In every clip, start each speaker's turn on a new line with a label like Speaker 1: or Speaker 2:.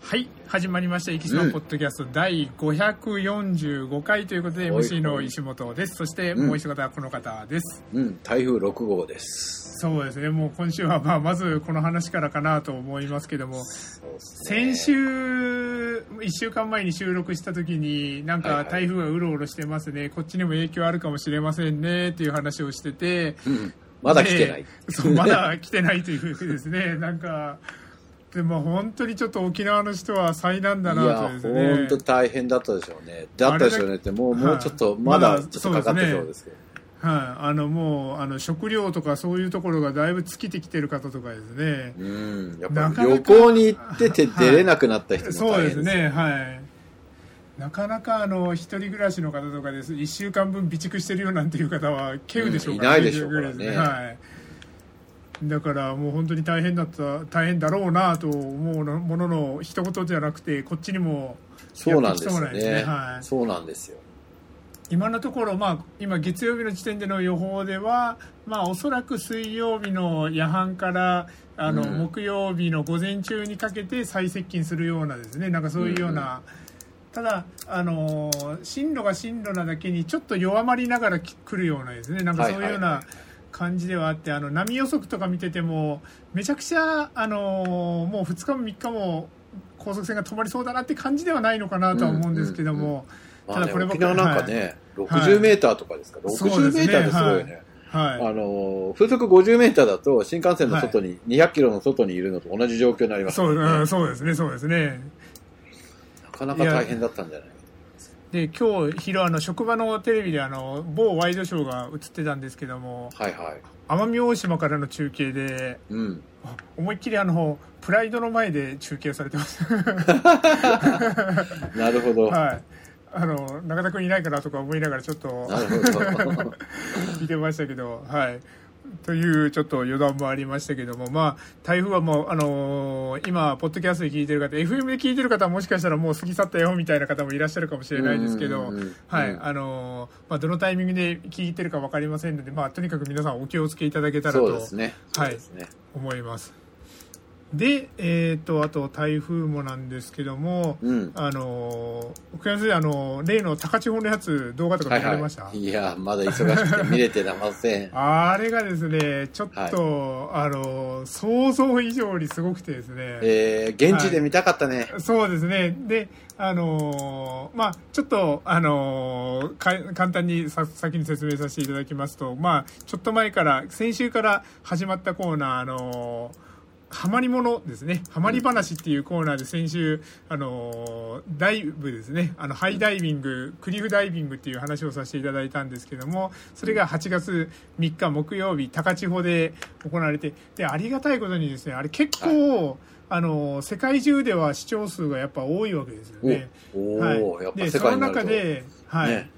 Speaker 1: はい始まりました「エキスマンポッドキャスト」第545回ということで、
Speaker 2: はい
Speaker 1: MC の石本ですそして
Speaker 2: うん
Speaker 1: もう一方はこの方です、
Speaker 2: うん、台風6号です。
Speaker 1: そうですねもう今週はまあまずこの話からかなと思いますけども先週1週間前に収録した時になん
Speaker 2: はいは
Speaker 1: か
Speaker 2: い
Speaker 1: 台風がうろうろしてますね、こっちにも影響あるかもしれませんねっていう話をしてて
Speaker 2: うん、まだ来てない
Speaker 1: で。そうまだ来てないというですねなんかでも本当にちょっと沖縄の人は災難
Speaker 2: い
Speaker 1: だ
Speaker 2: や、
Speaker 1: なと
Speaker 2: 本
Speaker 1: ですね
Speaker 2: 当大変だったでしょうね。だったでしょうねって、もう、
Speaker 1: はい
Speaker 2: もうちょっと、
Speaker 1: ま
Speaker 2: ま
Speaker 1: だ
Speaker 2: だちょっとかかってそうですけど。
Speaker 1: はい、あのもうあの食料とかそういうところがだいぶ尽きてきてる方とかですね、
Speaker 2: うん、やっ
Speaker 1: な
Speaker 2: ぱ
Speaker 1: かな
Speaker 2: 旅
Speaker 1: か
Speaker 2: 行に行ってて
Speaker 1: はい
Speaker 2: 出れなくなった人も
Speaker 1: そう
Speaker 2: 大
Speaker 1: です
Speaker 2: 変です。
Speaker 1: ねはいなかなかあの一人暮らしの方とかです1週間分備蓄してるよなんていう方は稀有でしょうから
Speaker 2: うんいないでしょうからね
Speaker 1: はいだからもう本当に大変だった大変だろうなと思うのものの一言じゃなくてこっちにも
Speaker 2: そうなんですよ
Speaker 1: やってきてもらえないです
Speaker 2: ね
Speaker 1: ねはい。
Speaker 2: そうなんですよ。
Speaker 1: 今のところ、まあ、今月曜日の時点での予報では、まあ、おそらく水曜日の夜半からあの、
Speaker 2: うん
Speaker 1: 木曜日の午前中にかけて最接近するようなですねなんかそういうような、ただあのー進路が進路なだけにちょっと弱まりながらき来るようなですねなんかそういうよう
Speaker 2: はい
Speaker 1: な感じではあって、あの波予測とか見ててもめちゃくちゃ、あのーもう2日も3日も高速船が止まりそうだなって感じではないのかなとは思うんですけども。
Speaker 2: うんうんまあ
Speaker 1: た
Speaker 2: ね、
Speaker 1: だこれ僕
Speaker 2: 沖縄なんかね、
Speaker 1: はい
Speaker 2: 60メーターとかですか、
Speaker 1: そう
Speaker 2: 60
Speaker 1: です
Speaker 2: メ
Speaker 1: ね
Speaker 2: ーターってすごいよね。
Speaker 1: はい
Speaker 2: あの、風速50メーターだと、新幹線の外に、200キロの外にいるのと同じ状況になります
Speaker 1: そ
Speaker 2: ね。
Speaker 1: ううん
Speaker 2: な
Speaker 1: そうですね、そうですね。
Speaker 2: かなか大変だったんじゃないか
Speaker 1: で、今日昼、あの、職場のテレビで、あの、某ワイドショーが映ってたんですけども、
Speaker 2: と。はいはい。
Speaker 1: 奄美大島からの中継で、
Speaker 2: うん。
Speaker 1: あ思いっきりあの、プライドの前で中継されてます。
Speaker 2: なるほど。
Speaker 1: はい。あの、中田くんいないかなとか思いながらちょっと
Speaker 2: な るほど。
Speaker 1: 見てましたけど、はい。というちょっと余談もありましたけども、まあ、台風はもう、あのー今、ポッドキャストで聞いてる方、FM で聞いてる方はもしかしたらもう過ぎ去ったよみたいな方もいらっしゃるかもしれないですけど、
Speaker 2: うんうんうん
Speaker 1: はい、
Speaker 2: うん
Speaker 1: あのーまあ、どのタイミングで聞いてるか分かりませんので、まあ、とにかく皆さんお気をつけいただけたら
Speaker 2: そう
Speaker 1: と
Speaker 2: ですね。
Speaker 1: はい
Speaker 2: そうですね。
Speaker 1: 思います。で、えっ、と、あと台風もなんですけども、
Speaker 2: うん。
Speaker 1: あのー、沖縄で、あのー例の高千穂のやつ動画とか
Speaker 2: は
Speaker 1: 見
Speaker 2: い
Speaker 1: られました、
Speaker 2: はい。いや、まだ忙しくて見れてません。
Speaker 1: あれがですね、ちょっと、あの、想像以上にすごくてですね、
Speaker 2: えー、現地で見たかったね。
Speaker 1: そうですね、で、あのーまあちょっと、あのーか簡単にさ先に説明させていただきますと、まあちょっと前から、先週から始まったコーナー、あのーハマりものですね。ハマり話っていうコーナーで先週、あのー、ダイブですね。あの、ハイダイビング、クリフダイビングっていう話をさせていただいたんですけども、それが8月3日木曜日、高千穂で行われて、で、ありがたいことにですね、あれ結構、あのー、世界中では視聴数がやっぱ多いわけですよね。
Speaker 2: おお
Speaker 1: はい
Speaker 2: ー、やっぱ
Speaker 1: で
Speaker 2: 世
Speaker 1: その
Speaker 2: 界になると。
Speaker 1: 中で、はい、
Speaker 2: ね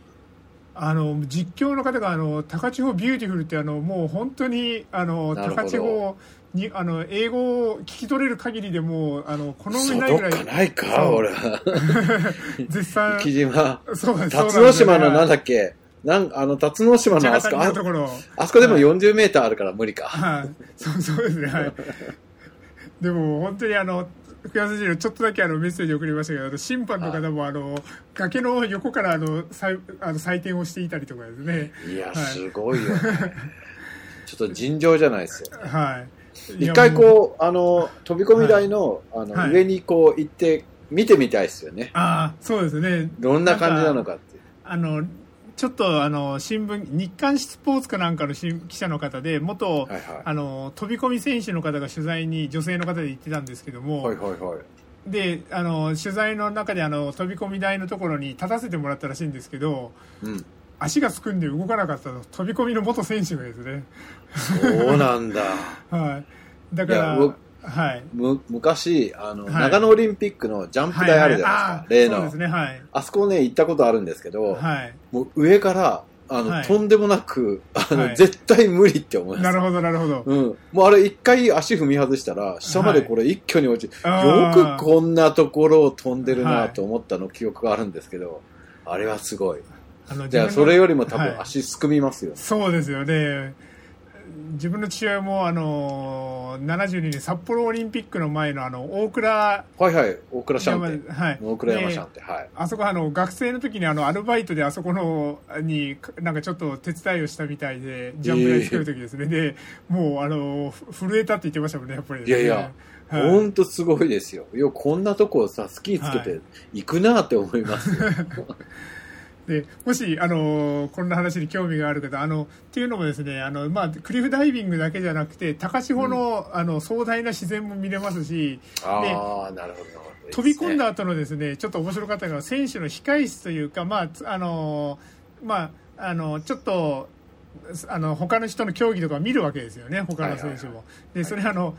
Speaker 1: あの実況の方があの高千穂ビューティフルってあのもう本当にあの
Speaker 2: なるほど
Speaker 1: 高千穂にあの英語を聞き取れる限りでもうあのこの上
Speaker 2: そう、
Speaker 1: ない
Speaker 2: ど
Speaker 1: ぐ
Speaker 2: っ
Speaker 1: ら
Speaker 2: か
Speaker 1: い
Speaker 2: ないか、
Speaker 1: そう
Speaker 2: 俺は。
Speaker 1: 絶賛
Speaker 2: 木島。
Speaker 1: そうそう
Speaker 2: 辰野島のな
Speaker 1: だ
Speaker 2: んだっけなんあの、辰野島のあそこ、あ
Speaker 1: ところ
Speaker 2: あそこでも
Speaker 1: はい
Speaker 2: 40メーターあるから無理か。
Speaker 1: はい、そうそうですね、はい、でも本当にあの福山選手にちょっとだけあのメッセージ送りましたけどあの審判の方もあの崖の横からあのさいあの採点をしていたりとかですね
Speaker 2: いや、
Speaker 1: はい
Speaker 2: すごいよね。ちょっと尋常じゃないですよ。
Speaker 1: はいい
Speaker 2: 一
Speaker 1: や
Speaker 2: 回
Speaker 1: もう
Speaker 2: こう、あの、飛び込み台の、あの、
Speaker 1: はい
Speaker 2: 上にこう行って、見てみたいですよね。
Speaker 1: ああそうですね
Speaker 2: どんな感じなのかっていう。
Speaker 1: あのちょっとあの新聞日刊スポーツかなんかの新記者の方で元、
Speaker 2: はいは
Speaker 1: あの飛び込み選手の方が取材に女性の方で行ってたんですけども、
Speaker 2: い。はいはいはい。
Speaker 1: であの取材の中であの飛び込み台のところに立たせてもらったらしいんですけど
Speaker 2: うん。
Speaker 1: 足がすくんで動かなかったと飛び込みの元選手がですね、
Speaker 2: そうなんだ。
Speaker 1: はい、だか
Speaker 2: いや僕
Speaker 1: らはい
Speaker 2: む、昔、あの、
Speaker 1: はい
Speaker 2: 長野オリンピックのジャンプ台あるじゃないですか。
Speaker 1: はいはいあーそうで
Speaker 2: 例
Speaker 1: す
Speaker 2: の。
Speaker 1: ねはい
Speaker 2: あそこね、行ったことあるんですけど、
Speaker 1: はい
Speaker 2: もう上から、あの、
Speaker 1: はい
Speaker 2: とんでもなく、あの、
Speaker 1: はい
Speaker 2: 絶対無理って思いま
Speaker 1: な
Speaker 2: す。
Speaker 1: るほどなるほど、
Speaker 2: うん。もうあれ一回足踏み外したら、下までこれ一挙に落ちる、
Speaker 1: あー
Speaker 2: よくこんなところを飛んでるなと思ったの記憶があるんですけど、あれはすごい。
Speaker 1: あの
Speaker 2: じゃあ、
Speaker 1: 自分の
Speaker 2: それよりも多
Speaker 1: はい
Speaker 2: 分足すくみますよ。
Speaker 1: そうですよね。自分の父親も、あのー、72年札幌オリンピックの前のあの大倉
Speaker 2: はいはい、大倉シャ
Speaker 1: 山
Speaker 2: ンテ。
Speaker 1: はい、
Speaker 2: 大倉山シャン
Speaker 1: で
Speaker 2: テ。はい。
Speaker 1: あそこあの学生の時にあのアルバイトであそこのになんかちょっと手伝いをしたみたいでジャンプ台作る時ですね、でもうあのふ震えたって言ってましたもんねやっぱり、
Speaker 2: いやいや
Speaker 1: はい
Speaker 2: ほんとすごいですよ。よ、こんなとこさ、スキーつけ
Speaker 1: は
Speaker 2: て行くなって思います よ。
Speaker 1: でもし、あのこんな話に興味がある方あのっていうのもですねあの、まあ、クリフダイビングだけじゃなくて高千穂の,、あの壮大な自然も見れますし
Speaker 2: ああ、なるほど。いいですね
Speaker 1: 飛び込んだ。後のですねちょっと面白かったのが選手の控え室というか、まあつあのまあ、あのちょっとあの他の人の競技とか見るわけですよね他の選手も。でそれあの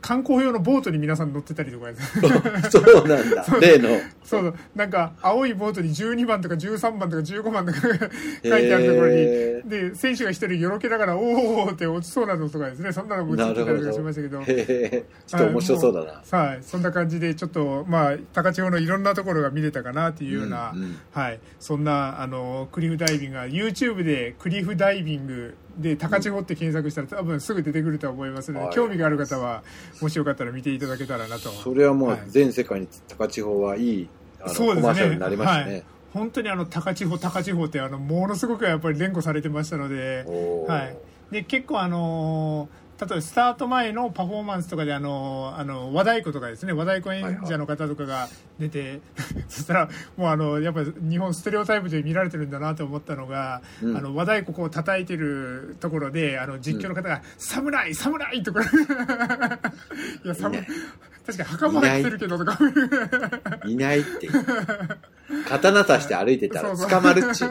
Speaker 1: 観光用のボートに皆さん乗ってたりとかです
Speaker 2: そうなんだ。例の。
Speaker 1: そうそうなんか青いボートに12番とか13番とか15番とか書いてあるところに、
Speaker 2: へ
Speaker 1: で選手が一人よろけながらおーおーって落ちそうなのとかですねそんなのも映って
Speaker 2: な
Speaker 1: た
Speaker 2: る
Speaker 1: りとかし
Speaker 2: ほ
Speaker 1: ましたけ
Speaker 2: ど。
Speaker 1: ど
Speaker 2: へえ、ちょっと面白そうだな。
Speaker 1: はい、そんな感じでちょっとまあ高千穂のいろんなところが見れたかなっていうような、
Speaker 2: うんうん
Speaker 1: はい、そんなあのクリフダイビングが YouTube でクリフダイビングで高千穂って検索したら多分すぐ出てくると思いますので、
Speaker 2: はい
Speaker 1: 興味がある方はもしよかったら見ていただけたらなと
Speaker 2: それはも
Speaker 1: は
Speaker 2: う
Speaker 1: い
Speaker 2: 全世界に高千穂はいい、あの
Speaker 1: そうです
Speaker 2: コ
Speaker 1: ね
Speaker 2: マーシャルになりました
Speaker 1: は
Speaker 2: ね
Speaker 1: い。本当にあの高千穂高千穂ってあのものすごくやっぱり連呼されてましたので
Speaker 2: おー
Speaker 1: はい、で結構、あのー例えばスタート前のパフォーマンスとかで、あのーあの和太鼓とかですね和太鼓演者の方とかが出て、 そしたらもうあのやっぱり日本ステレオタイプで見られてるんだなと思ったのが、
Speaker 2: うん
Speaker 1: あの和太鼓こう叩いてるところであの実況の方が「侍侍!」とか いや
Speaker 2: い
Speaker 1: 侍
Speaker 2: ない
Speaker 1: 確かに袴入ってるけどとか
Speaker 2: いないっ ていう。刀刺して歩いてたら捕まるっ ちゅう。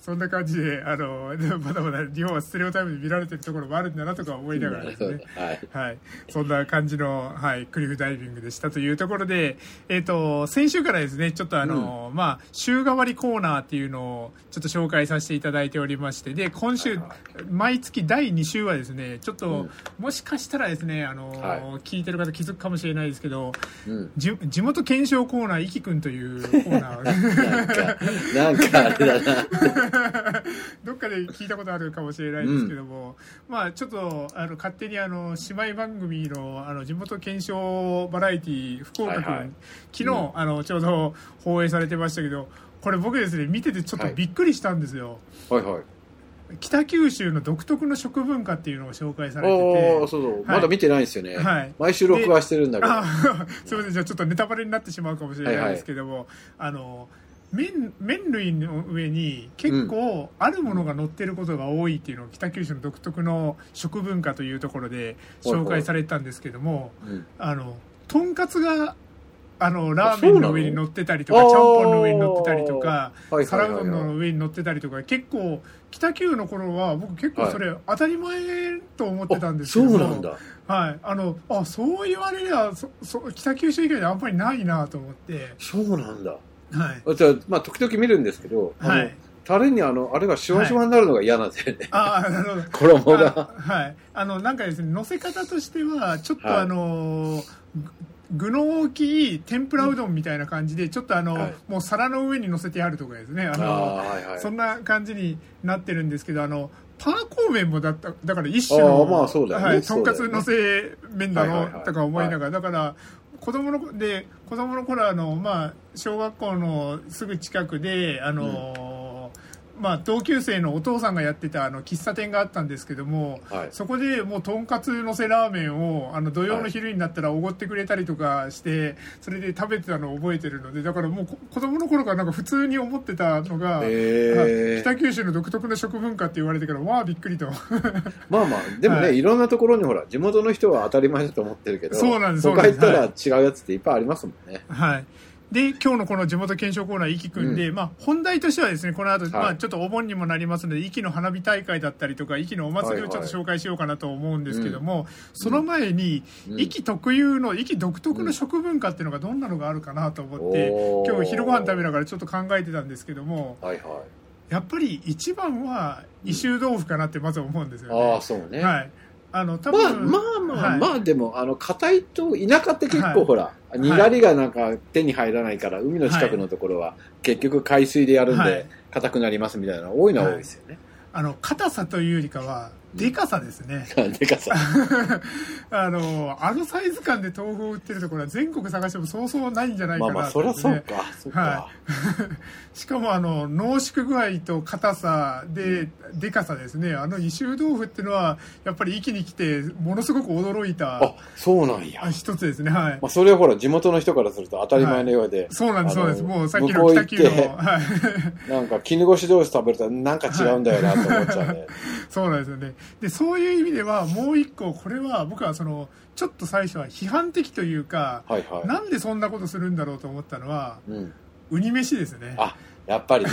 Speaker 1: そんな感じであのでもまだまだ日本はステレオタイプで見られてるところもあるんだなとか思いながらですね。
Speaker 2: はい。
Speaker 1: はい、そんな感じの、はい、クリフダイビングでしたというところで、えっと先週からですねちょっとあの、まあ、週替わりコーナーっていうのをちょっと紹介させていただいておりましてで今週、
Speaker 2: はいは
Speaker 1: 毎月第2週はですねちょっと、
Speaker 2: うん
Speaker 1: もしかしたらですねあの、
Speaker 2: はい
Speaker 1: 聞いてる方気づくかもしれないですけど
Speaker 2: うん。
Speaker 1: じ地元検証コーナーいきくんというコーナー
Speaker 2: なんか、なんかあれだな。
Speaker 1: どっかで聞いたことあるかもしれないですけども、まあちょっとあの勝手にあの姉妹番組のあの地元検証バラエティ福岡君、
Speaker 2: はいはい
Speaker 1: 昨日、あのちょうど放映されてましたけどこれ僕ですね見ててちょっと
Speaker 2: はい
Speaker 1: びっくりしたんですよ、
Speaker 2: はいはい。
Speaker 1: 北九州の独特の食文化っていうのが紹介されて
Speaker 2: おおそう
Speaker 1: て。
Speaker 2: そう、
Speaker 1: い
Speaker 2: まだ見てないんですよね。
Speaker 1: はい
Speaker 2: 毎週録画してるんだけど。は
Speaker 1: あ すいませんじゃあちょっとネタバレになってしまうかもしれないですけども、あの麺麺類の上に結構あるものが乗ってることが多いっていうのを北九州の独特の食文化というところで紹介されたんですけども、
Speaker 2: うん、
Speaker 1: あのとんかつがあのラーメンの上に乗ってたりとか
Speaker 2: あ
Speaker 1: ちゃん
Speaker 2: そうな
Speaker 1: ぽ
Speaker 2: の
Speaker 1: んの上に乗ってたりとか
Speaker 2: はいはい
Speaker 1: 皿う
Speaker 2: は
Speaker 1: ど
Speaker 2: い
Speaker 1: ん
Speaker 2: は
Speaker 1: の上に乗ってたりとか結構北九の頃は僕結構それ当たり前と思っ
Speaker 2: い。
Speaker 1: てたんですけど
Speaker 2: そ
Speaker 1: も
Speaker 2: うなんだ。
Speaker 1: はい、あのあそう言われりゃそそ北九州以外であんまりないなと思って、
Speaker 2: そうなんだ。
Speaker 1: はい
Speaker 2: あじゃあ、まあ、時々見るんですけど、あの
Speaker 1: はい、
Speaker 2: タレにあの、あれがシュワシュワになるのが嫌なんですよね。
Speaker 1: ああなるほど
Speaker 2: 衣が。
Speaker 1: あはい、あのなんかですね乗せ方としてはちょっと
Speaker 2: はい
Speaker 1: あのー具具の大きい天ぷらうどんみたいな感じで、ちょっとあの、
Speaker 2: はい
Speaker 1: もう皿の上に乗せてあるとかですねあ
Speaker 2: あ
Speaker 1: の
Speaker 2: あ、はいはい。
Speaker 1: そんな感じになってるんですけどあのパーコー麺もだっただから一種
Speaker 2: あ
Speaker 1: の
Speaker 2: あまあそうだよね
Speaker 1: はい、と
Speaker 2: そ
Speaker 1: ん
Speaker 2: うだ
Speaker 1: か
Speaker 2: よね
Speaker 1: つのせ麺だ
Speaker 2: はい
Speaker 1: ろ
Speaker 2: はいはいう
Speaker 1: とか思いながら、だから子供ので子供の頃あの、まあ、小学校のすぐ近くであの、まあ、同級生のお父さんがやってたあの喫茶店があったんですけども、
Speaker 2: はい
Speaker 1: そこでもうとんかつのせラーメンをあの土曜の昼になったらおごってくれたりとかして、それで食べてたのを覚えてるのでだからもうこ子供の頃からなんか普通に思ってたのが、
Speaker 2: ええ
Speaker 1: 北九州の独特な食文化って言われてからわあびっくりと
Speaker 2: まあまあ、でもね、、
Speaker 1: はいい
Speaker 2: ろんなところにほら、地元の人は当たり前だと思ってるけど、
Speaker 1: そうなんです
Speaker 2: 他行った
Speaker 1: そうな
Speaker 2: ら
Speaker 1: ん
Speaker 2: 違うやつっていっぱいありますもんね。
Speaker 1: はいで今日のこの地元検証コーナー「いきくんで」まあ、本題としてはですねこの後、まあちょっとお盆にもなりますので「いきの花火大会」だったりとか「いきのお祭り」をちょっと紹介しようかなと思うんですけども、その前に「
Speaker 2: うん
Speaker 1: いき特有の「いき独特の食文化っていうのがどんなのがあるかなと思って、
Speaker 2: おー
Speaker 1: 今日昼ご飯食べながらちょっと考えてたんですけども
Speaker 2: はいは
Speaker 1: やっぱり一番は異州豆腐かなってまず思うんですよ
Speaker 2: い。ああ、
Speaker 1: ね。
Speaker 2: そうね。
Speaker 1: はいあの多
Speaker 2: まあ
Speaker 1: 分
Speaker 2: まあまあ、
Speaker 1: はい
Speaker 2: まあでも、あの、硬いと、田舎って結
Speaker 1: はい
Speaker 2: 構ほら、にがりがなんか手に入らないから、海の近くのところは、結局海水でやるん
Speaker 1: はい
Speaker 2: で、硬くなりますみたいなの多いのは多いですよね。
Speaker 1: あの硬さというよりかはでかさですね。
Speaker 2: でか さ。
Speaker 1: あの、あのサイズ感で豆腐を売ってるところは全国探してもそうそうないんじゃない
Speaker 2: ま
Speaker 1: か
Speaker 2: あ
Speaker 1: な
Speaker 2: まあ、そりゃ
Speaker 1: と
Speaker 2: そ
Speaker 1: 思
Speaker 2: う
Speaker 1: ってね
Speaker 2: か。そうか。
Speaker 1: しかもあの濃縮具合と硬さで、でかさですねあの二州豆腐っていうのはやっぱり一気に来てものすごく驚い
Speaker 2: あ
Speaker 1: た、
Speaker 2: そうなんや
Speaker 1: あ。一つですねはい
Speaker 2: まあ、それはほら、地元の人からすると当たり前のようで。
Speaker 1: そうなんです
Speaker 2: あ
Speaker 1: そう
Speaker 2: の
Speaker 1: ですもうさっき
Speaker 2: 向こ
Speaker 1: の
Speaker 2: う
Speaker 1: 北
Speaker 2: 行って
Speaker 1: 九のはい
Speaker 2: なんか、絹ごし同士食べるとなんか違うんだよなと思っち ゃうね。
Speaker 1: そうなんですよねでそういう意味ではもう一個これは僕はそのちょっと最初は批判的というか、
Speaker 2: はいは。
Speaker 1: なんでそんなことするんだろうと思ったのはい
Speaker 2: うん。
Speaker 1: ウニ飯ですね
Speaker 2: あやっ ぱりね。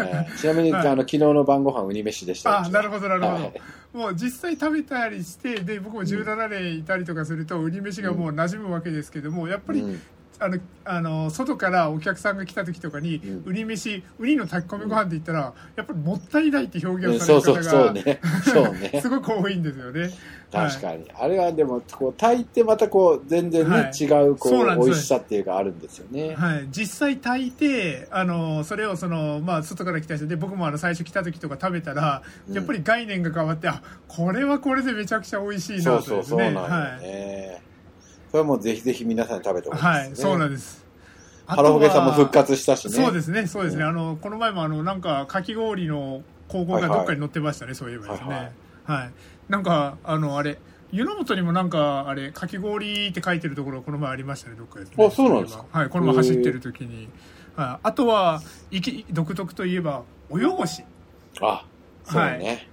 Speaker 2: ええちなみに、
Speaker 1: は
Speaker 2: あ
Speaker 1: い
Speaker 2: の、昨日の晩ご飯ウニ飯でした。
Speaker 1: あなるほどなるほど、
Speaker 2: はい
Speaker 1: もう実際食べたりしてで僕も17年いたりとかするとウニ飯がもう馴染むわけですけども、やっぱり、
Speaker 2: うん
Speaker 1: あのあの外からお客さんが来た時とかに、
Speaker 2: うん
Speaker 1: ウニ飯ウニの炊き込みご飯って言ったらやっぱりもったいないって表
Speaker 2: うん
Speaker 1: 現を
Speaker 2: そう
Speaker 1: さ
Speaker 2: そ
Speaker 1: れ
Speaker 2: う
Speaker 1: る
Speaker 2: そう
Speaker 1: 方が、
Speaker 2: ね。 そうね。
Speaker 1: すごく多いんですよねはい
Speaker 2: 確かに。あれはでも、こう、炊いてまたこう、全然ね、
Speaker 1: はい
Speaker 2: 違う、こ、
Speaker 1: そううなんです
Speaker 2: 美味しさっていうかあるんですよね。
Speaker 1: はい、実際炊いてあのそれをその、まあ、外から来た人で僕もあの最初来た時とか食べたら
Speaker 2: うん
Speaker 1: やっぱり概念が変わって、あこれはこれでめちゃくちゃ美味しいな
Speaker 2: そ
Speaker 1: と
Speaker 2: うそう
Speaker 1: です
Speaker 2: そう
Speaker 1: ね
Speaker 2: なんよね。それはもうぜひぜひ皆さんに食べてほしいです、ね。
Speaker 1: はい、そうなんです。
Speaker 2: ハロホゲさんも復
Speaker 1: あとは
Speaker 2: 活したしね。
Speaker 1: そうですね、そうですね。
Speaker 2: うん
Speaker 1: あの、この前も、あの、なんか、かき氷の広告がどっかに載ってましたね、そういえばですね。
Speaker 2: は
Speaker 1: はいい、
Speaker 2: はい
Speaker 1: なんか、あの、あれ、湯の本にもなんか、あれ、かき氷って書いてるところ、この前ありましたね、どっかですね。
Speaker 2: あそうなんですか
Speaker 1: いえばはい、この前走ってる時に。はい、あとは、いき、独特といえば、泳ごし。
Speaker 2: あ、そうね。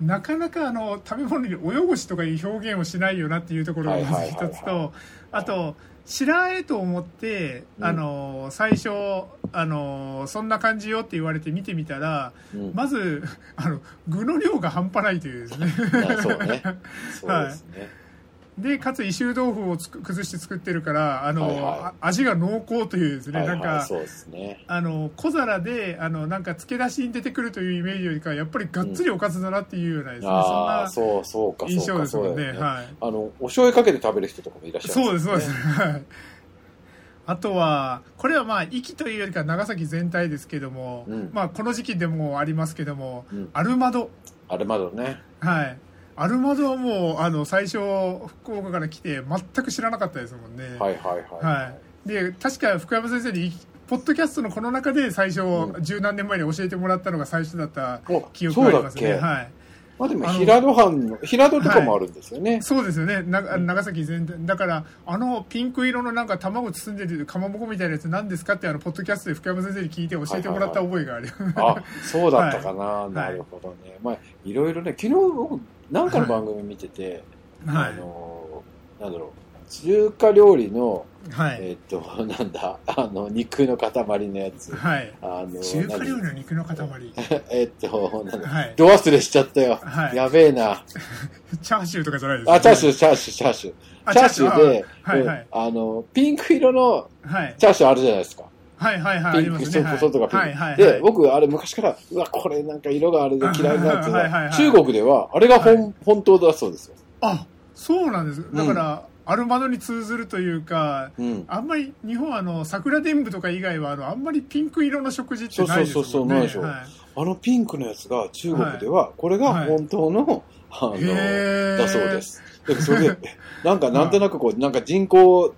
Speaker 1: なかなかあの食べ物に泳ごしとかいう表現をしないよなっていうところがまず一
Speaker 2: はい
Speaker 1: つ
Speaker 2: はいはいは
Speaker 1: とあと知らえと思って、
Speaker 2: うん
Speaker 1: あの最初あのそんな感じよって言われて見てみたら
Speaker 2: うん。うん
Speaker 1: まずあの具の量が半端ないというですね
Speaker 2: そうね。そうですね。
Speaker 1: でかつ異臭豆腐をつく崩して作ってるからあの、
Speaker 2: はいはい
Speaker 1: あ味が濃厚というですね、
Speaker 2: はいはい、
Speaker 1: なんか
Speaker 2: そうですね。
Speaker 1: あの小皿であのなんか漬け出しに出てくるというイメージよりかはやっぱりがっつりおかずだなっていうようなですね、そん
Speaker 2: ああ、
Speaker 1: な
Speaker 2: そう、そうか、
Speaker 1: 印象
Speaker 2: そうか、
Speaker 1: です
Speaker 2: そ
Speaker 1: も
Speaker 2: うんだ
Speaker 1: ね
Speaker 2: よね。
Speaker 1: はい。
Speaker 2: あの、お醤油かけて食べる人とかもいらっしゃる、
Speaker 1: そうです、そうです。。はい。あとは、これはまあ、壱岐というよりか長崎全体ですけども、
Speaker 2: うん
Speaker 1: まあ、この時期でもありますけども、
Speaker 2: うん
Speaker 1: アルマド。
Speaker 2: あれまだね。
Speaker 1: はい。アルマドはもう、あの、最初、福岡から来て、全く知らなかったですもんね。。
Speaker 2: はいいはいはい。
Speaker 1: はい。で、確か福山先生に、ポッドキャストのこの中で最初、
Speaker 2: う
Speaker 1: 十何年前に教えてもらったのが最初だった
Speaker 2: お
Speaker 1: 記憶
Speaker 2: そう
Speaker 1: があり
Speaker 2: だ
Speaker 1: ま
Speaker 2: っ
Speaker 1: すね。
Speaker 2: け、
Speaker 1: はい。
Speaker 2: まあでも
Speaker 1: あの
Speaker 2: 平戸藩の、平戸とかもあるんですよね。
Speaker 1: そうですよねな長崎全体だからあのピンク色のなんか卵包んでるかまぼこみたいなやつ何ですかってあのポッドキャストで福山先生に聞いて教えてもらった覚えがある、
Speaker 2: あ、そうだったかな、なるほどね。まあ、いろいろね、昨日僕、なんかの番組見てて、
Speaker 1: はい
Speaker 2: あのー、なんだろう、中華料理の、
Speaker 1: はい、
Speaker 2: えっ、と、 なんだ、あの、肉の塊のやつ。
Speaker 1: はい
Speaker 2: あの
Speaker 1: 中華料理の
Speaker 2: 何
Speaker 1: 肉の塊
Speaker 2: えっと、なんだ、
Speaker 1: はい
Speaker 2: ど忘れしちゃったよ。
Speaker 1: はい
Speaker 2: やべえな。
Speaker 1: チャーシューとかじゃないです
Speaker 2: あ、チャーシュ
Speaker 1: ュ
Speaker 2: ー、チャーシュー、チャーシュー。
Speaker 1: あ
Speaker 2: チャーシューで、
Speaker 1: あはいはい
Speaker 2: うんあの、ピンク色の
Speaker 1: ーはい
Speaker 2: チャーシューあるじゃないですか。
Speaker 1: はいはいはいあ
Speaker 2: ピ
Speaker 1: り
Speaker 2: ン
Speaker 1: ま
Speaker 2: ク、
Speaker 1: すねはい
Speaker 2: 細とかピンク。
Speaker 1: はいはいは
Speaker 2: で、
Speaker 1: い
Speaker 2: 僕、あれ昔から、うわ、これなんか色があれで嫌いになって た
Speaker 1: はいはいはい
Speaker 2: 中国では、あれが本,、本当だそうですよ。
Speaker 1: あそうなんですだから、アルマドに通ずるというか
Speaker 2: うん。
Speaker 1: あんまり日本はあの桜伝舞とか以外はあのあんまりピンク色の食事ってないですもんね
Speaker 2: そうそうそうそうないでしょ
Speaker 1: はい
Speaker 2: あのピンクのやつが中国では、これが本当の、あ
Speaker 1: へ
Speaker 2: の、
Speaker 1: ー
Speaker 2: だそうです。でそれで、なんかなんとなくこう、なんか人工、
Speaker 1: はい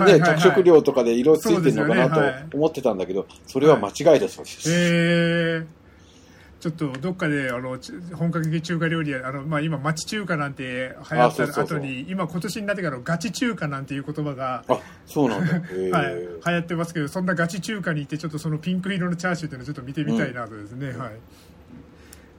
Speaker 1: は
Speaker 2: ね、
Speaker 1: いはい
Speaker 2: 着色料とかで色ついてる
Speaker 1: そ
Speaker 2: のか
Speaker 1: うですよねは
Speaker 2: ないと思ってたんだけど、それは間違いだそうです。
Speaker 1: えーちょっとどっかであのち本格的中華料理やあの、まあ、今町中華なんて流行
Speaker 2: あ
Speaker 1: った
Speaker 2: そう
Speaker 1: 後に
Speaker 2: そうそう
Speaker 1: 今今年になってからガチ中華なんていう言葉が、
Speaker 2: あ、そうなんだ。へー
Speaker 1: はい、流行ってますけどそんなガチ中華に行ってちょっとそのピンク色のチャーシューっていうのをちょっと見てみたいなとですね、はい。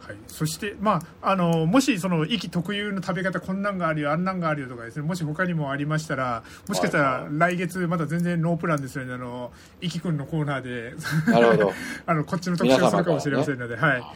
Speaker 1: はい、そして、まあ、あのもしその息特有の食べ方こんなんがあるよあんなんがあるよとかですねもし他にもありましたらもしかした
Speaker 2: はい
Speaker 1: ら
Speaker 2: は
Speaker 1: 来月まだ全然ノープランですよねあの息くんのコーナーで
Speaker 2: なるほど。
Speaker 1: あのこっちの特集をするかもしれませんので、はい
Speaker 2: は、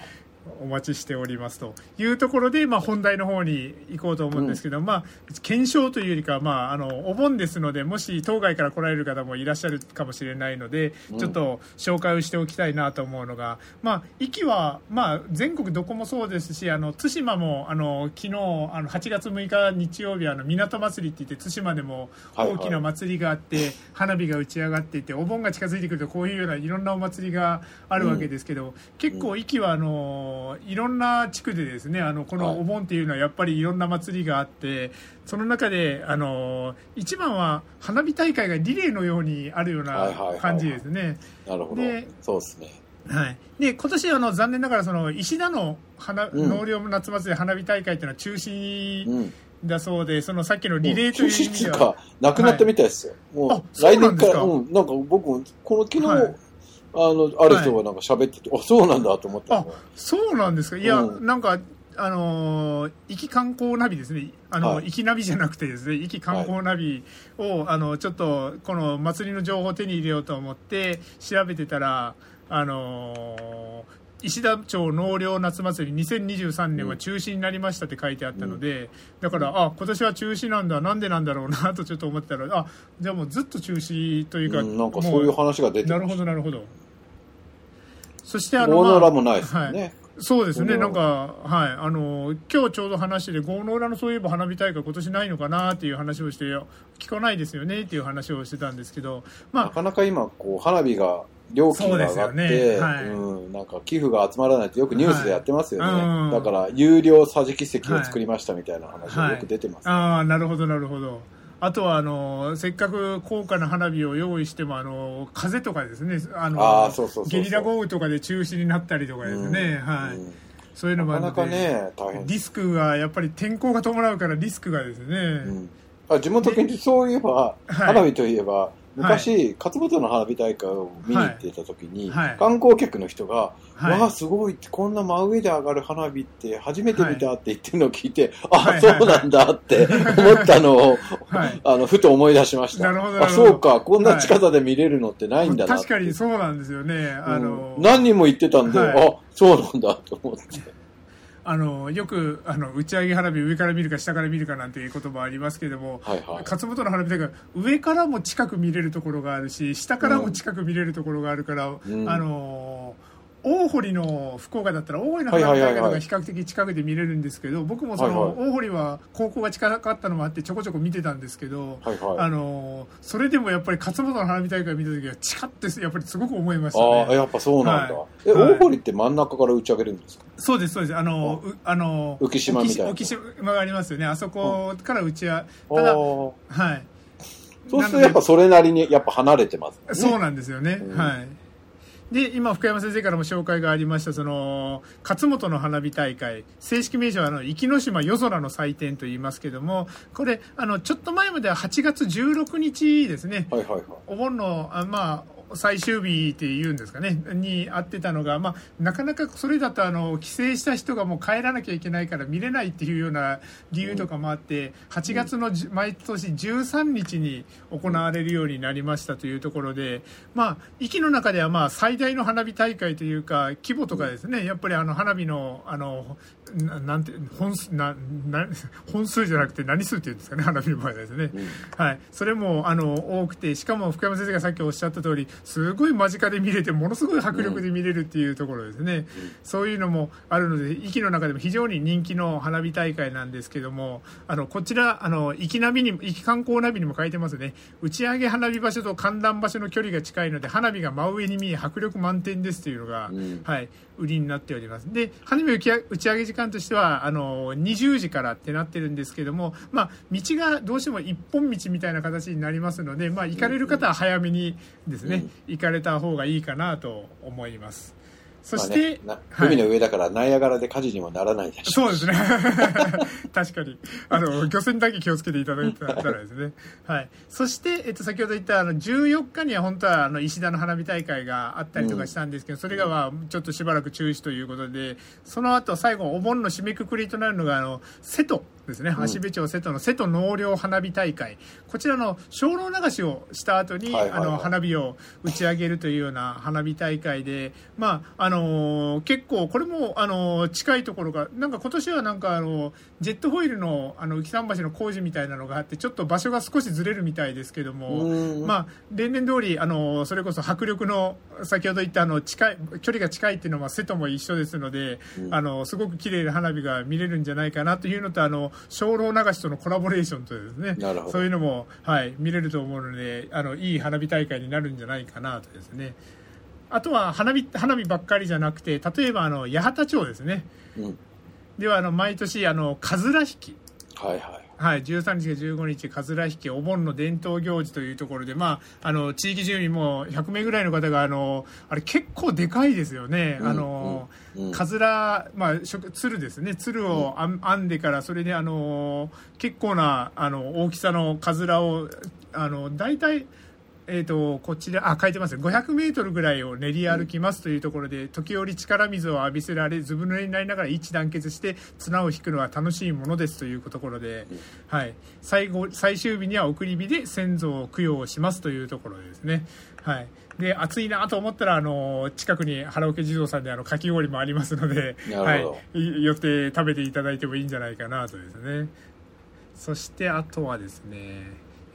Speaker 1: お待ちしておりますというところで、まあ、本題の方に行こうと思うんですけど、まあ、検証というよりかは、まあ、あのお盆ですのでもし当該から来られる方もいらっしゃるかもしれないので、
Speaker 2: うん
Speaker 1: ちょっと紹介をしておきたいなと思うのが、まあ、息は、まあ、全国どこもそうですしあの対馬もあの昨日あの8月6日日曜日あの港祭りって言って対馬でも
Speaker 2: はいはい
Speaker 1: 大きな祭りがあって、花火が打ち上がっていてお盆が近づいてくるとこういうようないろんなお祭りがあるわけですけど、結構息はあののいろんな地区でですねあのこのお盆っていうのはやっぱりいろんな祭りがあってその中であの一番は花火大会がリレーのようにあるよう
Speaker 2: はい
Speaker 1: な
Speaker 2: はいはい
Speaker 1: 感じですね。
Speaker 2: なるほど
Speaker 1: で。
Speaker 2: そうですね。
Speaker 1: はい、で今年あの残念ながらその石田の花、
Speaker 2: うん
Speaker 1: 納涼夏祭り花火大会っていうのは中止
Speaker 2: うん。
Speaker 1: だそうで、そのさっきのリレーと
Speaker 2: 中
Speaker 1: いう意
Speaker 2: 止って
Speaker 1: 味
Speaker 2: い
Speaker 1: で
Speaker 2: う
Speaker 1: は、
Speaker 2: か、なくなったみたいですよ。も
Speaker 1: あ
Speaker 2: う、
Speaker 1: そう
Speaker 2: 来
Speaker 1: なん
Speaker 2: 年
Speaker 1: で
Speaker 2: か、
Speaker 1: すから
Speaker 2: うん、なんか僕も、この昨日、
Speaker 1: はい
Speaker 2: あの、ある人がなんか喋ってて、あ、そうなんだと思ったのが。
Speaker 1: そうなんですか、いや、
Speaker 2: うん
Speaker 1: なんか、あのー、行き観光ナビですね、あの、
Speaker 2: はい
Speaker 1: 行きナビじゃなくてですね、行き観光ナビを、あの、ちょっと、この祭りの情報を手に入れようと思って、調べてたら、あのー石田町納涼夏祭り2023年は中止になりましたって書いてあったので、だから、あ、今年は中止なんだ、なんでなんだろうな、とちょっと思ってたら、あ、じゃあもうずっと中止というか、
Speaker 2: うん、なんか
Speaker 1: も
Speaker 2: そういう話が出て
Speaker 1: な
Speaker 2: ま
Speaker 1: るほ
Speaker 2: し
Speaker 1: ど、なるほど。そして、
Speaker 2: た。
Speaker 1: あの、
Speaker 2: ゴーノ
Speaker 1: ま
Speaker 2: ラ
Speaker 1: あ
Speaker 2: もないですよね。
Speaker 1: そうですね、
Speaker 2: ゴーノ
Speaker 1: な
Speaker 2: ラ
Speaker 1: んか、はい、あの、今日ちょうど話で、豪農らのそういえば花火大会今年ないのかなっていう話をして、いや聞かないですよねっていう話をしてたんですけど、ま
Speaker 2: な
Speaker 1: あ、
Speaker 2: かなか今、こう、花火が、料金が上が
Speaker 1: そう
Speaker 2: っ
Speaker 1: です
Speaker 2: て、
Speaker 1: よねはい
Speaker 2: うん、なんか寄付が集まらないとよくニュースでやってますよね。
Speaker 1: はいうん
Speaker 2: だから、有料桟敷席を作りましたみたいな話がよく出てます。
Speaker 1: ああ、なるほど、なるほど。あとは、あの、せっかく高価な花火を用意しても、あの、風とかですね、あの、
Speaker 2: あーそうそうそうそう
Speaker 1: ゲリラ豪雨とかで中止になったりとかですね、
Speaker 2: うん
Speaker 1: はい、
Speaker 2: うん
Speaker 1: そういうのもあ
Speaker 2: な
Speaker 1: る
Speaker 2: かな
Speaker 1: ので
Speaker 2: かね、大変です
Speaker 1: リスクが、やっぱり天候が伴うからリスクがですね、
Speaker 2: うんあ地元県そういえば、
Speaker 1: い
Speaker 2: 花火といえば、昔、勝俣の花火大会を見に行っていた時に、
Speaker 1: はい
Speaker 2: 観光客の人が、
Speaker 1: はい
Speaker 2: わあ、すごいって、こんな真上で上がる花火って初めて見たって言ってるのを聞いて、
Speaker 1: はい
Speaker 2: あ、そうなんだって思ったのを、
Speaker 1: はい
Speaker 2: あの、ふと思い出しまし
Speaker 1: な
Speaker 2: た。
Speaker 1: るほどな
Speaker 2: あ、
Speaker 1: るほど
Speaker 2: そうか、こんな近さで見れるのってないんだなって。
Speaker 1: 確かにそうなんですよね、あの、
Speaker 2: うん何人も言ってたんで、
Speaker 1: はい
Speaker 2: あ、そうなんだと思って。
Speaker 1: あのよくあの打ち上げ花火上から見るか下から見るかなんていう言葉ありますけども、
Speaker 2: はいはい。
Speaker 1: 勝本の花火大会上からも近く見れるところがあるし下からも近く見れるところがあるから、
Speaker 2: うん
Speaker 1: あの大堀の福岡だったら大堀の花火大会とか比較的近くで見れるんですけど僕もその
Speaker 2: はい
Speaker 1: 大堀は高校が近かったのもあってちょこちょこ見てたんですけど、
Speaker 2: はいはい。
Speaker 1: あのそれでもやっぱり勝本の花火大会見た時は近ってやっぱりすごく思いましたね
Speaker 2: ああ、やっぱそうなんだ。
Speaker 1: はい
Speaker 2: え、
Speaker 1: はい
Speaker 2: 大堀って真ん中から打ち上げるんですか
Speaker 1: そうですそうですあのうあの
Speaker 2: 浮島みたいな
Speaker 1: 浮島浮島がありますよねあそこからうちは
Speaker 2: あ
Speaker 1: ただは
Speaker 2: ー
Speaker 1: い
Speaker 2: そうするとやっぱそれなりにやっぱ離れてます、ね。
Speaker 1: そうなんですよね、
Speaker 2: うん
Speaker 1: はいで今福山先生からも紹介がありましたその勝本の花火大会正式名称はあの壱岐島夜空の祭典と言いますけどもこれあのちょっと前までは8月16日ですね、
Speaker 2: はいはいはい。
Speaker 1: お盆のあまあ最終日っていうんですかねに会ってたのが、まあ、なかなかそれだとあの帰省した人がもう帰らなきゃいけないから見れないっていうような理由とかもあって、8月のじ毎年13日に行われるようになりましたというところで、まあ、域の中ではまあ最大の花火大会というか規模とかですねやっぱりあの花火のあのななんて本数なな本数じゃなくて何数っていうんですかね花火の場合はですね。
Speaker 2: うん
Speaker 1: はい、それもあの多くてしかも福山先生がさっきおっしゃった通りすごい間近で見れてものすごい迫力で見れるっていうところですね、そういうのもあるので息の中でも非常に人気の花火大会なんですけどもあのこちらあの息ナビに息観光ナビにも書いてますね打ち上げ花火場所と観覧場所の距離が近いので花火が真上に見え迫力満点ですというのが、
Speaker 2: うん
Speaker 1: はい、売りになっております。で、花火打ち上げ打ち上げ時間としては、あの、20時からってなってるんですけども、まあ、道がどうしても一本道みたいな形になりますので、まあ、行かれる方は早めにですね、行かれた方がいいかなと思います。そして、
Speaker 2: まあねな
Speaker 1: はい
Speaker 2: 海の上だからナイアガラで火事にもならないだ し。
Speaker 1: そうですね。確かに。あの、漁船だけ気をつけていただいたらですね。はい。そして、えっと、先ほど言った、あの、14日には本当は、あの、石田の花火大会があったりとかしたんですけど、それが、まあ、ちょっとしばらく中止ということで、その後、最後、お盆の締めくくりとなるのが、あの、瀬戸ですね。橋部町瀬戸の瀬戸納涼花火大会。こちらの、精霊流しをした後に、
Speaker 2: はいはいはい
Speaker 1: あの、花花火を打ち上げるというような花火大会で、まああのー結構、これも、あのー近いところが、なんか今年はなんか、あのジェットホイールのあの浮き桟橋の工事みたいなのがあって、ちょっと場所が少しずれるみたいですけども。
Speaker 2: うん
Speaker 1: まあ、例年通りあのーそれこそ迫力の先ほど言ったあの近い距離が近いっていうのは瀬戸も一緒ですので、
Speaker 2: うん
Speaker 1: あのすごく綺麗な花火が見れるんじゃないかなというのとあの精霊流しとのコラボレーションとですね
Speaker 2: なるほど
Speaker 1: そういうのも、はい、見れると思うのであのいい花火大会になるんじゃないかなとですねあとは花火花火ばっかりじゃなくて例えばあの八幡町ですね
Speaker 2: うん。
Speaker 1: ではあの毎年あのかずら引き
Speaker 2: はいはい。
Speaker 1: はい、13日から15日、かずら引き、お盆の伝統行事というところで、まあ、あの、地域住民も100名ぐらいの方が、あの、あれ結構でかいですよね。
Speaker 2: うん
Speaker 1: あの、
Speaker 2: うんうん
Speaker 1: かずら、まあ、食鶴ですね。鶴を編編んでから、それで、あの、結構な、あの、大きさのかずらを、あの、大体、えー、とこちらあ書いてますね500メートルぐらいを練り歩きますというところで、時折力水を浴びせられずぶ濡れになりながら一致団結して綱を引くのは楽しいものですというところで、はい、最後最終日には送り火で先祖を供養しますというところですね。はいで暑いなと思ったらあの近くに原桶地蔵さんであのかき氷もありますので、
Speaker 2: な
Speaker 1: は
Speaker 2: るほど
Speaker 1: い、い寄って食べていただいてもいいんじゃないかなとですね。そしてあとはですね、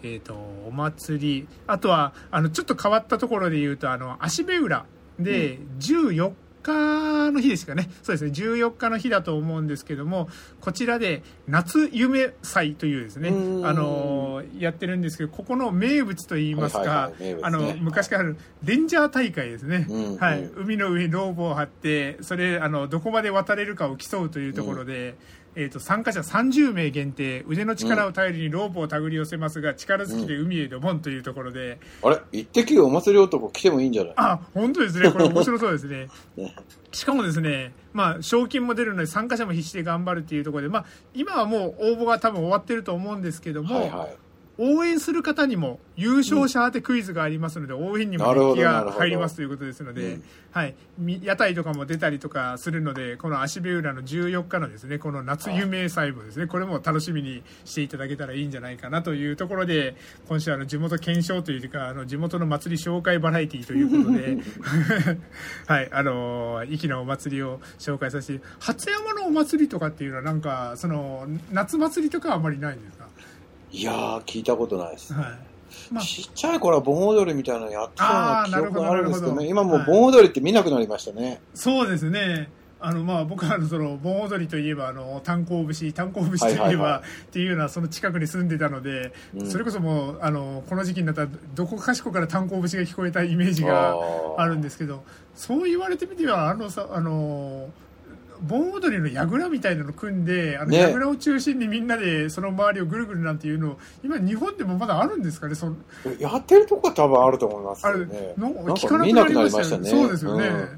Speaker 1: えっ、と、お祭り、あとは、あの、ちょっと変わったところで言うと、あの、足目裏で14日の日ですかね、そうですね、14日の日だと思うんですけども、こちらで夏夢祭というですね、
Speaker 2: うーん
Speaker 1: あの、やってるんですけど、ここの名物といいますか、
Speaker 2: はいはいはい名物ね
Speaker 1: あの、昔からあるレンジャー大会ですね、
Speaker 2: うん
Speaker 1: はい、
Speaker 2: う
Speaker 1: 海の上にロープを張って、それ、あの、どこまで渡れるかを競うというところで、えっ、と、参加者30名限定、腕の力を頼りにロープを手繰り寄せますが、力尽きて海へドボンというところで、
Speaker 2: あれ一滴お祭り男来てもいいんじゃない
Speaker 1: あ、本当ですね、これ面白そうですね。
Speaker 2: ね
Speaker 1: しかもですね、まあ、賞金も出るので参加者も必死で頑張るっていうところで、まあ、今はもう応募が多分終わってると思うんですけども、
Speaker 2: はいはい。
Speaker 1: 応援する方にも優勝者当てクイズがありますので、応援にも熱気が入りますということですので、
Speaker 2: うん
Speaker 1: はい、み屋台とかも出たりとかするのでこの足部裏の14日のですねこの夏夢細胞ですねこれも楽しみにしていただけたらいいんじゃないかなというところで今週あの地元検証というかあの地元の祭り紹介バラエティということではいあのー粋なお祭りを紹介させて初山のお祭りとかっていうのはなんかその夏祭りとかはあまりないんですか、
Speaker 2: いやー、聞いたことないです。
Speaker 1: はいまあ
Speaker 2: ちっちゃい頃は盆踊りみたいなのやってた
Speaker 1: あー
Speaker 2: ような記憶があるんですけど
Speaker 1: な
Speaker 2: ね、
Speaker 1: るほど
Speaker 2: 今も
Speaker 1: は
Speaker 2: う
Speaker 1: い
Speaker 2: 盆踊りって見なくなりましたね。
Speaker 1: そうですね。あの、まあ、僕は、あの、その、盆踊りといえば、あの、炭鉱節、炭鉱節といえば、
Speaker 2: はいはいは
Speaker 1: っていうのは、その近くに住んでたので、
Speaker 2: うん
Speaker 1: それこそもう、あの、この時期になったら、どこかしこから炭鉱節が聞こえたイメージが
Speaker 2: ー
Speaker 1: あるんですけど、そう言われてみては、あのさ、あの、盆踊りの櫓みたいなの組んで、あの、
Speaker 2: ね
Speaker 1: 櫓を中心にみんなで、その周りをぐるぐるなんていうのを、今、日本でもまだあるんですかね、その、
Speaker 2: やってるとこは多分あると思います
Speaker 1: あ
Speaker 2: よ
Speaker 1: れ、
Speaker 2: ね。
Speaker 1: なんか
Speaker 2: なん
Speaker 1: 聞か
Speaker 2: か
Speaker 1: な
Speaker 2: 見
Speaker 1: く
Speaker 2: な
Speaker 1: な
Speaker 2: く
Speaker 1: り
Speaker 2: な
Speaker 1: ま
Speaker 2: り
Speaker 1: した
Speaker 2: まし
Speaker 1: よ
Speaker 2: た
Speaker 1: ね。
Speaker 2: ね。
Speaker 1: そうですよね。
Speaker 2: うん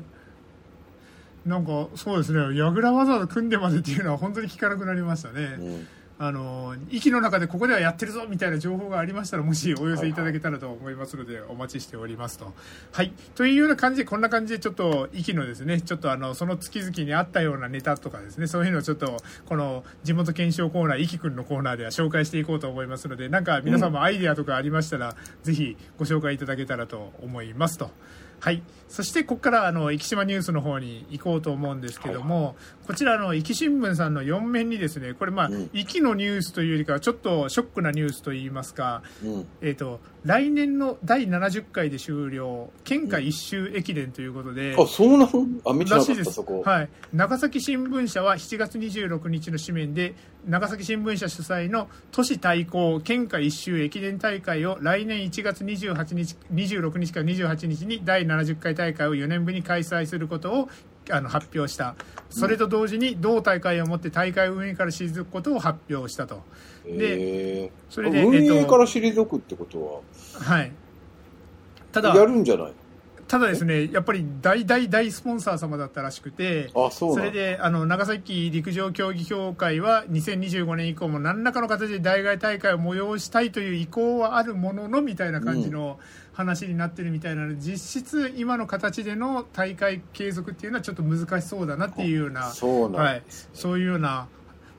Speaker 1: なんか、そうですね。矢倉わざわざ組んでまでっていうのは本当に聞かなくなりましたね。
Speaker 2: うん
Speaker 1: あの、息の中でここではやってるぞみたいな情報がありましたら、もしお寄せいただけたらと思いますので、お待ちしておりますと。はい。というような感じで、こんな感じでちょっと息のですね、ちょっとあの、その月々にあったようなネタとかですね、そういうのをちょっと、この地元検証コーナー、息くんのコーナーでは紹介していこうと思いますので、なんか皆さんもアイデアとかありましたら、ぜひご紹介いただけたらと思いますと。はい。そして、ここから、あの、生島ニュースの方に行こうと思うんですけども、こちら、あの、生新聞さんの4面にですね、これ、まあ、
Speaker 2: うん
Speaker 1: 生きのニュースというよりかはちょっとショックなニュースといいますか、
Speaker 2: うん
Speaker 1: えー、と来年の第70回で終了県下一周駅伝ということで、
Speaker 2: あ、そうなのあ、見て
Speaker 1: ら
Speaker 2: なか
Speaker 1: し
Speaker 2: っ
Speaker 1: いで
Speaker 2: た、
Speaker 1: す
Speaker 2: そこ。
Speaker 1: はい、長崎新聞社は7月26日の紙面で長崎新聞社主催の都市対抗県下一周駅伝大会を来年1月28日26日から28日に第70回大会を4年ぶりに開催することをあの発表したそれと同時に同大会をもって大会運営から退くことを発表したと。
Speaker 2: へー
Speaker 1: それで
Speaker 2: 運
Speaker 1: えっ
Speaker 2: 営
Speaker 1: と
Speaker 2: から退くってこと
Speaker 1: はい。た
Speaker 2: は、や
Speaker 1: だ、
Speaker 2: るんじゃない
Speaker 1: ただですね、やっぱり大大大スポンサー様だったらしくて、
Speaker 2: あ、そう
Speaker 1: そ
Speaker 2: な
Speaker 1: れ
Speaker 2: の
Speaker 1: で、あの、長崎陸上競技協会は2025年以降も何らかの形で代替大会を催したいという意向はあるものの、みたいな感じの話になってるみたいなので、実質今の形での大会継続っていうのはちょっと難しそうだなっていうような
Speaker 2: そうなの
Speaker 1: はい、そういうような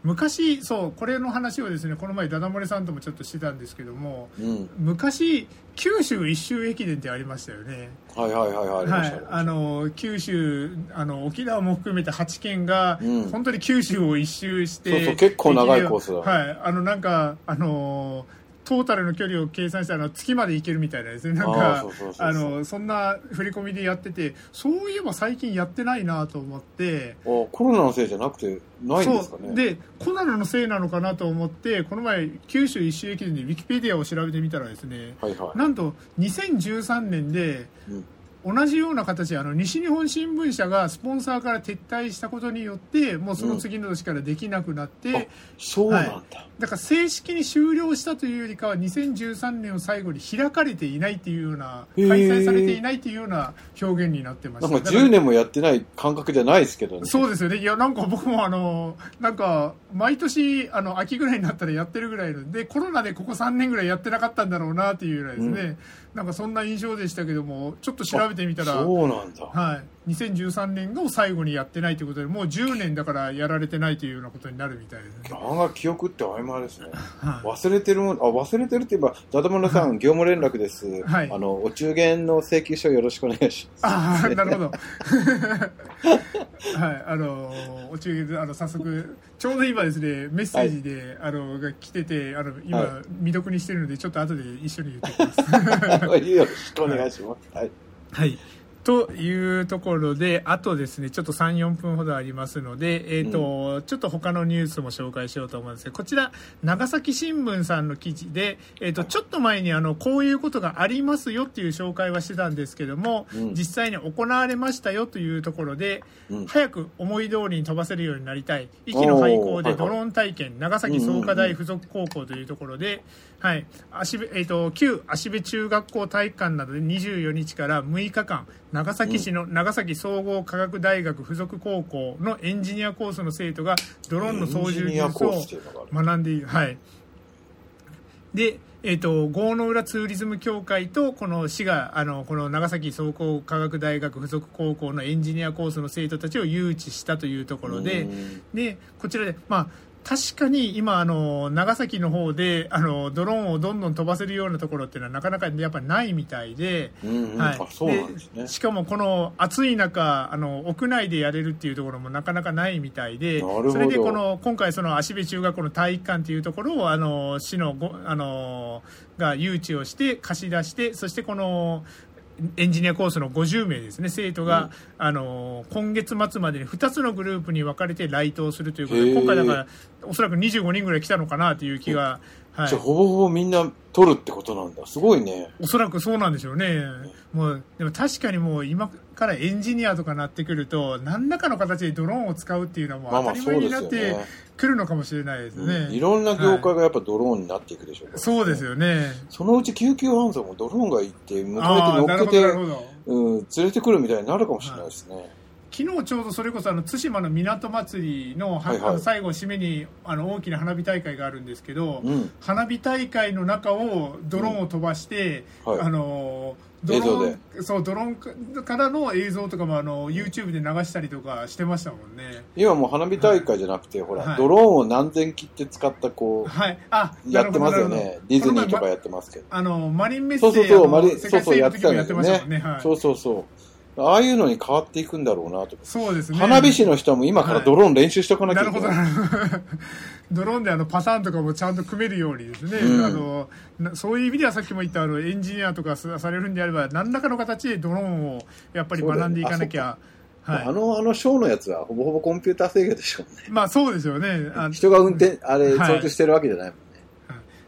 Speaker 1: 昔そうこれの話をですねこの前ダダ漏れさんともちょっとしてたんですけども
Speaker 2: うん。
Speaker 1: 昔九州一周駅伝ってありましたよね
Speaker 2: はいはいはいはい、ありま
Speaker 1: は
Speaker 2: した
Speaker 1: い
Speaker 2: ね、
Speaker 1: あの九州あの沖縄も含めて8県が、
Speaker 2: うん
Speaker 1: 本当に九州を一周して
Speaker 2: そうそう結構長いコースだ
Speaker 1: はいあのなんかあのトータルの距離を計算したらあの月まで行けるみたいなですねなん
Speaker 2: あ
Speaker 1: か
Speaker 2: ーそうそうそうそう
Speaker 1: あのそんな振り込みでやっててそういえば最近やってないなと思って
Speaker 2: あコロナのせいじゃなくて、ないんですか
Speaker 1: そう
Speaker 2: ね。
Speaker 1: でコロナのせいなのかなと思ってこの前九州一周駅伝でウィキペディアを調べてみたらですね
Speaker 2: はいは
Speaker 1: なんと2013年で
Speaker 2: い。うん
Speaker 1: 同じような形であの西日本新聞社がスポンサーから撤退したことによってもうその次の年からできなくなって、
Speaker 2: そうなんだ。
Speaker 1: だから正式に終了したというよりかは2013年を最後に開かれていないというような
Speaker 2: へ
Speaker 1: 開
Speaker 2: ー
Speaker 1: 催されていないというような表現になってまし
Speaker 2: な
Speaker 1: た
Speaker 2: んか
Speaker 1: だから
Speaker 2: 10年もやってない感覚じゃないですけどね。
Speaker 1: そうですよねいやなんか僕もあのなんか毎年あの秋ぐらいになったらやってるぐらいのでコロナでここ3年ぐらいやってなかったんだろうなっていうぐらいですね、なんかそんな印象でしたけどもちょっと調べてみたら
Speaker 2: そうなんだ。
Speaker 1: はい、2013年を最後にやってないということでもう10年だからやられてないというようなことになるみたいですね、
Speaker 2: なんか記憶って曖昧ですね。
Speaker 1: は
Speaker 2: 忘れてるもん、あ、忘れてるって言えば、ダダマラさ ん、業務連絡です。
Speaker 1: はい
Speaker 2: あの、お中元の請求書よろしくお願いし
Speaker 1: い、ああなるほど はいあのーお中元であの早速ちょうど今ですねメッセージで、あのが来ててあの今、
Speaker 2: は
Speaker 1: 未読にしてるのでちょっと後で一緒に言ってきます
Speaker 2: ます。 よろしくお願いします。はい。
Speaker 1: はい。というところで、あとですね、ちょっと3、4分ほどありますので、えっ、と、ちょっと他のニュースも紹介しようと思うんですけど、こちら、長崎新聞さんの記事で、えっ、と、ちょっと前に、あの、こういうことがありますよっていう紹介はしてたんですけども、
Speaker 2: うん
Speaker 1: 実際に行われましたよというところで、
Speaker 2: うん
Speaker 1: 早く思い通りに飛ばせるようになりたい。息の廃校で
Speaker 2: おーはいはい
Speaker 1: ドローン体験、長崎創価大附属高校というところで、はい、足部、えっ、と、旧足部中学校体育館などで24日から6日間、長崎市の長崎総合科学大学附属高校のエンジニアコースの生徒がドローンの操
Speaker 2: エン
Speaker 1: 縦
Speaker 2: ジ
Speaker 1: 技
Speaker 2: ニア
Speaker 1: 術
Speaker 2: コー
Speaker 1: を
Speaker 2: スっていうのがある。
Speaker 1: 学んでいる。はい。で、えっ、と、郷の浦ツーリズム協会と、この市が、あの、この長崎総合科学大学附属高校のエンジニアコースの生徒たちを誘致したというところで、
Speaker 2: うん
Speaker 1: でこちらで、まあ、確かに今あの、長崎の方であのドローンをどんどん飛ばせるようなところっていうのはなかなかやっぱないみたいで。
Speaker 2: うんうん、
Speaker 1: はい
Speaker 2: あ、そうなんですね。
Speaker 1: しかもこの暑い中あの屋内でやれるっていうところもなかなかないみたいで
Speaker 2: なるほど
Speaker 1: それでこの今回その芦部中学校の体育館っていうところをあの市のごあのが誘致をして貸し出してそしてこのエンジニアコースの50名ですね生徒が、あの今月末までに2つのグループに分かれて来島するということ
Speaker 2: へ
Speaker 1: で
Speaker 2: ー
Speaker 1: 今回だからおそらく25人ぐらい来たのかなという気が、はい、
Speaker 2: じゃあ、ほぼほぼみんな取るってことなんだ。すごいね。
Speaker 1: おそらくそうなんでしょうね。もう、でも確かにもう今からエンジニアとかなってくると、何らかの形でドローンを使うっていうのはも
Speaker 2: まあ
Speaker 1: う
Speaker 2: ま
Speaker 1: 当たり
Speaker 2: あ、そ
Speaker 1: 前
Speaker 2: うで
Speaker 1: に
Speaker 2: す
Speaker 1: な
Speaker 2: よ
Speaker 1: って
Speaker 2: ね。
Speaker 1: くるのかもしれないですね。
Speaker 2: うんいろんな業界がやっぱドローンになっていくでしょうから
Speaker 1: そうですよね。
Speaker 2: そのうち救急搬送もドローンが行って、向
Speaker 1: ああー、
Speaker 2: こう
Speaker 1: な
Speaker 2: や
Speaker 1: る
Speaker 2: っ
Speaker 1: ほ
Speaker 2: て
Speaker 1: ど、な
Speaker 2: 乗
Speaker 1: る
Speaker 2: っけて、
Speaker 1: ほど。
Speaker 2: うん、連れてくるみたいになるかもしれないですね。
Speaker 1: 昨日ちょうどそれこそあの対馬の港祭りの,は、
Speaker 2: はいはい
Speaker 1: あの最後締めにあの大きな花火大会があるんですけど、
Speaker 2: うん。
Speaker 1: 花火大会の中をドローンを飛ばして、
Speaker 2: うんはい
Speaker 1: あのドロ
Speaker 2: 映
Speaker 1: ーンそうドローンからの映像とかもあの YouTube で流したりとかしてましたもんね
Speaker 2: 今もう花火大会じゃなくて、ほ
Speaker 1: は
Speaker 2: ら、
Speaker 1: い
Speaker 2: ドローンを何千機って使った、こ
Speaker 1: はいあ
Speaker 2: う、やってます
Speaker 1: なるほどなる
Speaker 2: よね
Speaker 1: ほ。ど
Speaker 2: ディズニ
Speaker 1: こ
Speaker 2: ーと
Speaker 1: の
Speaker 2: か
Speaker 1: 前
Speaker 2: やってますけど。
Speaker 1: あのマリンメッセ
Speaker 2: そうそうそう、
Speaker 1: あの
Speaker 2: マリ、
Speaker 1: 世
Speaker 2: そう
Speaker 1: 界
Speaker 2: そう、
Speaker 1: 水泳
Speaker 2: や
Speaker 1: の
Speaker 2: って
Speaker 1: 時
Speaker 2: た
Speaker 1: も
Speaker 2: ん
Speaker 1: やっ
Speaker 2: です
Speaker 1: て
Speaker 2: よ
Speaker 1: ました
Speaker 2: ね
Speaker 1: もんねはい、
Speaker 2: そうそうそう。ああいうのに変わっていくんだろうなと。
Speaker 1: そうですね
Speaker 2: 花火師の人も今からドローン練習しておかなき
Speaker 1: な
Speaker 2: ゃい
Speaker 1: る
Speaker 2: け
Speaker 1: ほど
Speaker 2: ない。
Speaker 1: なるほど ドローンであのパターンとかもちゃんと組めるようにですね、
Speaker 2: うん
Speaker 1: あのなそういう意味ではさっきも言ったあのエンジニアとかさされるんであれば何らかの形でドローンをやっぱり学んでいかなきゃ、はい
Speaker 2: あの、あのショーのやつはほぼほぼコンピューター制御でしょうね。
Speaker 1: まあそうですよねあ
Speaker 2: 人が運転、あれ、
Speaker 1: はい
Speaker 2: 操縦してるわけじゃないもんね。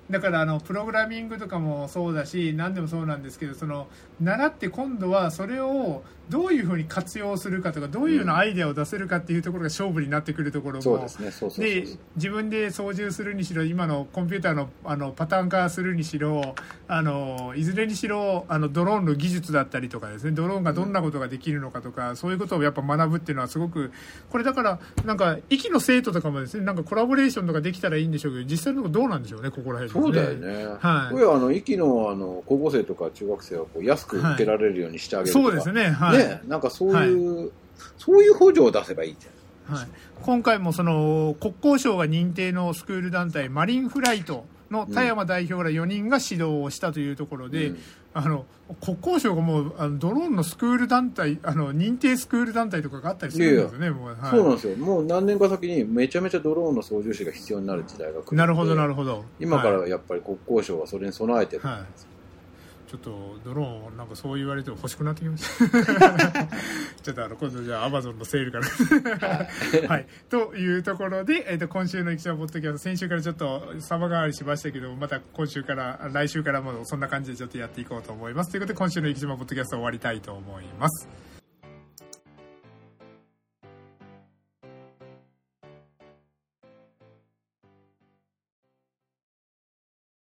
Speaker 1: だからあのプログラミングとかもそうだし何でもそうなんですけどその習って今度はそれをどういうふうに活用するかとかどういうようなアイデアを出せるかっていうところが勝負になってくるところも
Speaker 2: そうですね、そうそうそう
Speaker 1: で
Speaker 2: そう。
Speaker 1: 自分で操縦するにしろ今のコンピューターのあのパターン化するにしろあのいずれにしろあのドローンの技術だったりとかですねドローンがどんなことができるのかとか、そういうことをやっぱ学ぶっていうのはすごくこれだからなんか息の生徒とかもですねなんかコラボレーションとかできたらいいんでしょうけど実際のとこどうなんでしょうねここら辺です
Speaker 2: そうだよね。
Speaker 1: はい
Speaker 2: これあの、息の、あの、高校生とか中学生はこう安く受けられるようにしてあげるとか。
Speaker 1: そうですねはい、
Speaker 2: ね、なんかそういう、そういう補助を出せばいいじ
Speaker 1: はい、今回もその国交省が認定のスクール団体マリンフライトの田山代表ら4人が指導をしたというところ
Speaker 2: ゃん。
Speaker 1: で、
Speaker 2: うん
Speaker 1: あの国交省がもうあのドローンのスクール団体あの認定スクール団体とかがあったりするんですよねもう、はい、
Speaker 2: そうなんですよ。もう何年か先にめちゃめちゃドローンの操縦士が必要になる時代が来るんで。
Speaker 1: なるほどなるほど
Speaker 2: 今か
Speaker 1: は
Speaker 2: ら
Speaker 1: い
Speaker 2: やっぱり国交省はそれに備えてる。
Speaker 1: はいちょっとドローンなんかそう言われても欲しくなってきました ちょっとあの今度じゃあアマゾンのセールから はいというところで、えっと今週の「生きポッドキャスト」先週からちょっと様変わりしましたけどもまた今週から来週からもそんな感じでちょっとやっていこうと思いますということで今週の「生きポッドキャスト」終わりたいと思います